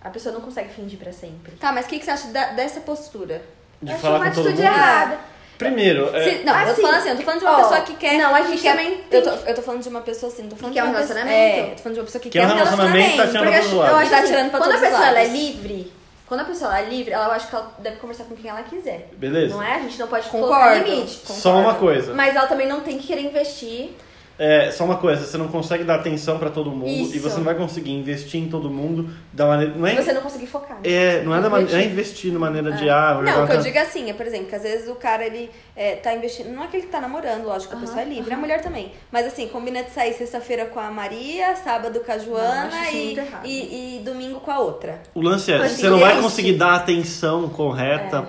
C: A pessoa não consegue fingir pra sempre.
A: Tá, mas o que, que você acha da- dessa postura?
B: De
C: Eu acho
B: falar
C: uma
B: com todo
C: atitude
B: mundo.
C: errada.
B: Primeiro, é,
A: Se- não, eu
C: Assim,
A: tô falando assim, eu tô falando de uma
C: ó,
A: pessoa que quer.
C: não, a
A: que
C: gente
A: quer-
C: também tem
A: Eu tô, eu tô falando de uma pessoa assim, não tô falando
C: Que
A: de
C: quer
A: uma
C: um
A: pessoa-
C: relacionamento.
A: É, eu tô falando de uma pessoa que
B: Que
A: quer
B: é um relacionamento, tá achando-
C: Porque eu acho- eu
B: Tá
C: acho assim,
A: tirando pra
C: quando a
A: todos os
C: pessoa ela é
A: lados.
C: livre, quando a pessoa ela é livre, ela eu acho que ela deve conversar com quem ela quiser.
B: beleza?
C: Não é? A gente não pode colocar
A: Concordo.
C: limite.
B: Só uma coisa.
C: Mas ela também não tem que querer investir.
B: É, só uma coisa, você não consegue dar atenção pra todo mundo e
C: Isso.
B: você não vai conseguir investir em todo mundo da maneira. Não é,
C: se Você não conseguir focar. né?
B: é, não é, da maneira, é investir na maneira de ah, vou jogar
A: Não, o que eu
B: uma-
A: digo é assim, é, por exemplo, que às vezes o cara ele é, tá investindo. Não é que ele tá namorando, lógico, a pessoa é livre, a mulher também. Mas assim, combina de sair sexta-feira com a Maria, sábado com a
C: Não, eu
A: Joana
C: acho isso
A: e,
C: muito errado.
A: e, e domingo com a outra.
B: O lance é,
A: Mas
B: você não vai
A: existe.
B: conseguir dar atenção correta.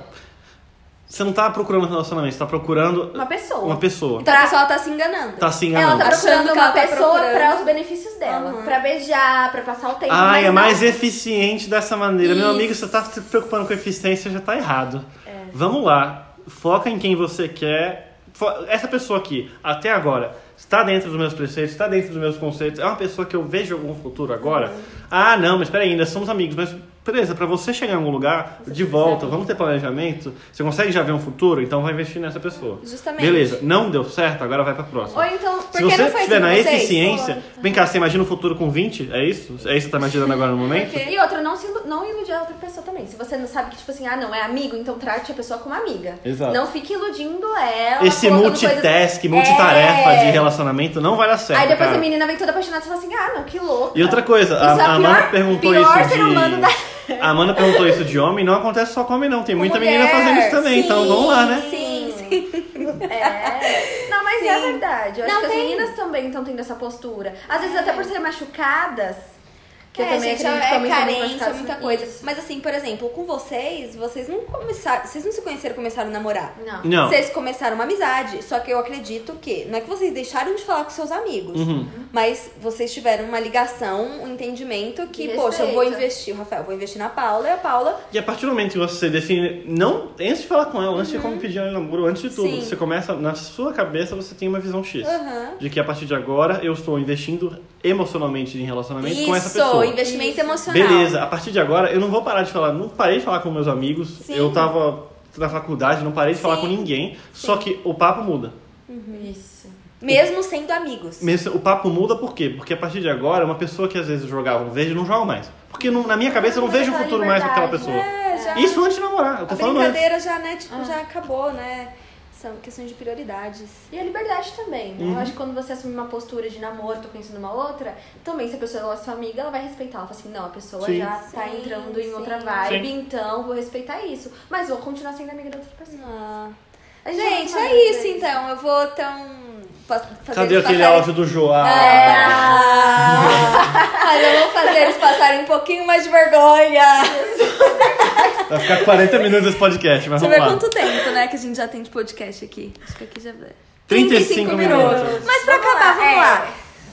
B: Você não tá procurando um relacionamento, você tá procurando
C: Uma pessoa.
B: uma pessoa.
A: Então a pessoa tá se enganando.
B: Tá se
C: Ela
B: enganando.
C: tá
A: Achando
C: procurando
A: que
C: uma
A: ela tá
C: pessoa
A: procurando.
C: pra os benefícios dela.
A: Aham.
C: Pra beijar, pra passar o tempo.
B: Ah,
C: mas
B: é
C: não.
B: mais eficiente dessa maneira. Meu
A: Isso.
B: amigo, você tá se preocupando com eficiência, já tá errado. Vamos lá. Foca em quem você quer. Fo- Essa pessoa aqui, até agora, está dentro dos meus preceitos, está dentro dos meus conceitos. É uma pessoa que eu vejo algum futuro agora. Ah, não, mas peraí, ainda somos amigos. Mas, beleza, pra você chegar em algum lugar, de volta, vamos ter planejamento. Você consegue já ver um futuro? Então vai investir nessa pessoa.
A: Justamente.
B: Beleza, não deu certo, agora vai pra próxima.
C: Ou então,
A: Por
B: Se
A: que
B: você
A: não foi
B: estiver
A: assim
B: na
A: com vocês?
B: eficiência. Vem cá, você imagina o futuro com 20? É isso? É isso que você tá imaginando agora no momento?
A: Porque-
C: E outra, não, se ilu- não iludir a outra pessoa também. Se você não sabe que, tipo assim, ah, não, é amigo, então trate a pessoa como amiga.
B: Exato.
C: Não fique iludindo ela.
B: Esse
C: tá colocando
B: multitask,
C: coisas-
B: multitarefa
C: É.
B: de relacionamento não vai dar certo.
C: Aí depois
B: cara.
C: a menina vem toda apaixonada e fala assim, ah, não, que louco.
B: E outra coisa, a,
C: Isso é
B: a
C: a
B: Amanda
C: pior-
B: perguntou
C: pior
B: isso
C: ser
B: de.
C: humano da-
B: [LAUGHS] A Amanda perguntou isso de homem, não acontece só com homem, não. Tem muita
A: mulher,
B: menina fazendo isso também, então vamos lá, né?
A: Sim, sim.
C: É. Não, mas é verdade. Eu acho
A: Não,
C: que
A: tem.
C: as meninas também estão tendo essa postura. Às vezes até por serem machucadas. Que eu
A: é,
C: também
A: gente,
C: acredito que
A: é
C: homens são muito
A: carência, é
C: machucados.
A: muita coisa.
C: Isso.
A: Mas assim, por exemplo, com vocês, vocês não começaram. Vocês não se conheceram e começaram a namorar.
C: Não.
B: Não. Uhum.
A: Vocês começaram uma amizade, só que eu acredito que. Não é que vocês deixaram de falar com seus amigos. Mas vocês tiveram uma ligação, um entendimento que,
C: De
A: poxa, eu vou
C: respeito.
A: investir, Rafael, vou investir na Paula e a Paula.
B: E a partir do momento que você define, não antes de falar com ela,
C: Uhum.
B: antes de como pedir ela em namoro, antes de tudo,
A: Sim.
B: você começa, na sua cabeça, você tem uma visão
C: Uhum.
B: X.
A: Aham.
B: De que a partir de agora eu estou investindo emocionalmente em relacionamento com essa
A: Isso,
B: pessoa.
A: investimento
C: Isso.
A: emocional.
B: Beleza, a partir de agora eu não vou parar de falar, não parei de falar com meus amigos,
A: Sim.
B: eu tava na faculdade, não parei de falar
A: Sim.
B: com ninguém, só que o papo muda.
C: Isso.
A: Mesmo sendo amigos.
B: Mesmo- O papo muda por quê? Porque a partir de agora, uma pessoa que às vezes jogava um verde não joga mais. Porque não- na minha cabeça eu não
C: Não
B: vejo o
C: dá
B: futuro mais com aquela
C: liberdade,
B: pessoa.
A: É, já-
B: Isso antes de namorar, eu tô
A: A
B: falando antes.
A: brincadeira já, né,
C: Ah.
A: tipo, já acabou, né? São questões de prioridades.
C: E a liberdade também,
B: Uhum.
C: né? Eu acho que quando você assume uma postura de namoro, tô conhecendo uma outra, também se a pessoa ela é sua amiga, ela vai respeitar. Ela fala assim, não, a pessoa
B: Sim.
C: já tá
A: Sim,
C: entrando em
A: sim.
C: outra vibe, então vou respeitar isso. Mas vou continuar sendo amiga da outra pessoa.
A: Ah.
C: A
A: Gente,
C: vai
A: é isso
C: fazer
A: então. Eu vou então. fa- Fazer
B: Cadê
A: eles
B: aquele
A: passarem-
B: áudio do Joá?
A: Ah, É. [LAUGHS] mas eu vou fazer eles passarem um pouquinho mais de vergonha. É.
B: Vai ficar 40 minutos esse podcast, mas
A: Deixa eu
B: vamos
A: ver
B: lá.
A: quanto tempo, né, que a gente já tem de podcast aqui. Acho que aqui já dá.
B: 35 minutos.
A: Mas pra
C: Vamos
A: acabar,
C: lá,
A: vamos
C: é.
A: lá.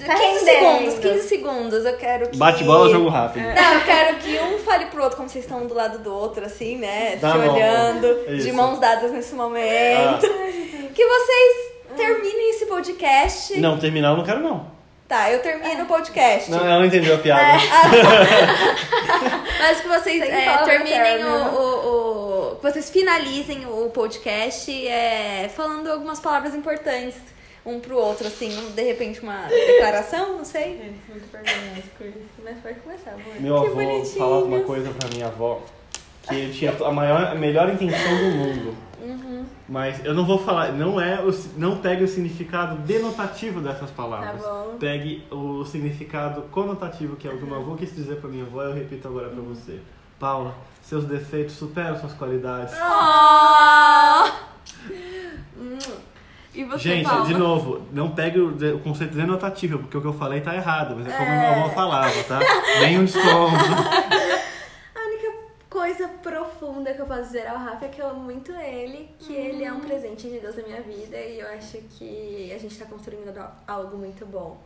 C: Tá
A: 15
C: rendendo.
A: segundos, 15 segundos. Eu quero que.
B: Bate bola, jogo rápido.
A: Não, eu quero que um fale pro outro como vocês estão um do lado do outro, assim, né?
B: Dá
A: se
B: a mão.
A: olhando, de
B: Tá É Isso.
A: mãos dadas nesse momento. Que vocês terminem esse podcast.
B: Não, terminar eu não quero não.
A: Tá, eu termino o podcast.
B: Não, ela não entendeu a piada.
A: Mas que vocês
C: Sem né?
A: eh,
C: palavra
A: terminem o,
C: eterna.
A: o- o- Que vocês finalizem o podcast eh, falando algumas palavras importantes um pro outro, assim, um- de repente uma declaração, não sei.
C: Gente, muito vergonhoso com isso. Mas pode começar, amor.
B: Meu
A: Que
B: avô
A: bonitinho.
B: falava uma coisa pra minha avó que eu tinha a, maior, a melhor intenção do mundo. Mas eu não vou falar, não é o, si- não pegue o significado denotativo dessas palavras.
C: Tá bom.
B: Pegue o significado conotativo que é o que meu avô quis dizer pra minha avó, eu repito agora pra você. Paula, seus defeitos superam suas qualidades.
C: Ah,
A: E você,
B: Gente, de novo, não pegue o, de- o conceito denotativo, porque o que eu falei tá errado, mas é como minha avó falava, tá? Nem um desconto.
C: A única coisa profunda que eu posso dizer ao Rafa é que eu amo muito ele, que ele é um presente de Deus na minha vida e eu acho que a gente tá construindo algo muito bom.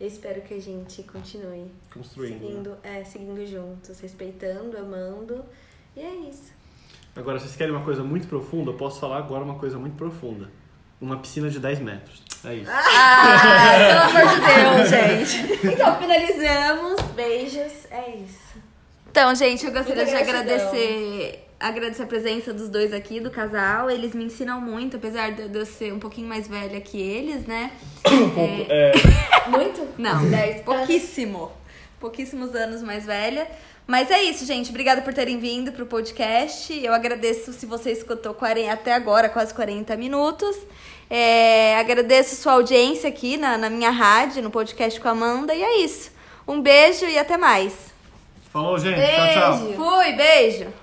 C: Eu espero que a gente continue
B: Construindo. né?
C: seguindo, é, seguindo juntos, respeitando, amando. E é isso.
B: Agora, vocês querem uma coisa muito profunda? Eu posso falar agora uma coisa muito profunda. Uma piscina de 10 metros. É isso.
A: Ah, pelo amor de
C: [LAUGHS]
A: Deus, gente.
C: Então, finalizamos. Beijos. É isso.
A: Então, gente, eu gostaria
C: Muita
A: de
C: gratidão.
A: agradecer, agradecer a presença dos dois aqui, do casal. Eles me ensinam muito, apesar de eu ser um pouquinho mais velha que eles, né? É,
C: Muito?
A: Não, 10,
C: Dez.
A: pouquíssimo. Pouquíssimos anos mais velha. Mas é isso, gente. Obrigada por terem vindo pro podcast. Eu agradeço se você escutou 40 até agora, quase 40 minutos. É, agradeço sua audiência aqui na, na minha rádio, no podcast com a Amanda. E é isso. Um beijo e até mais.
B: Falou, gente. Tchau, tchau.
A: Fui, beijo.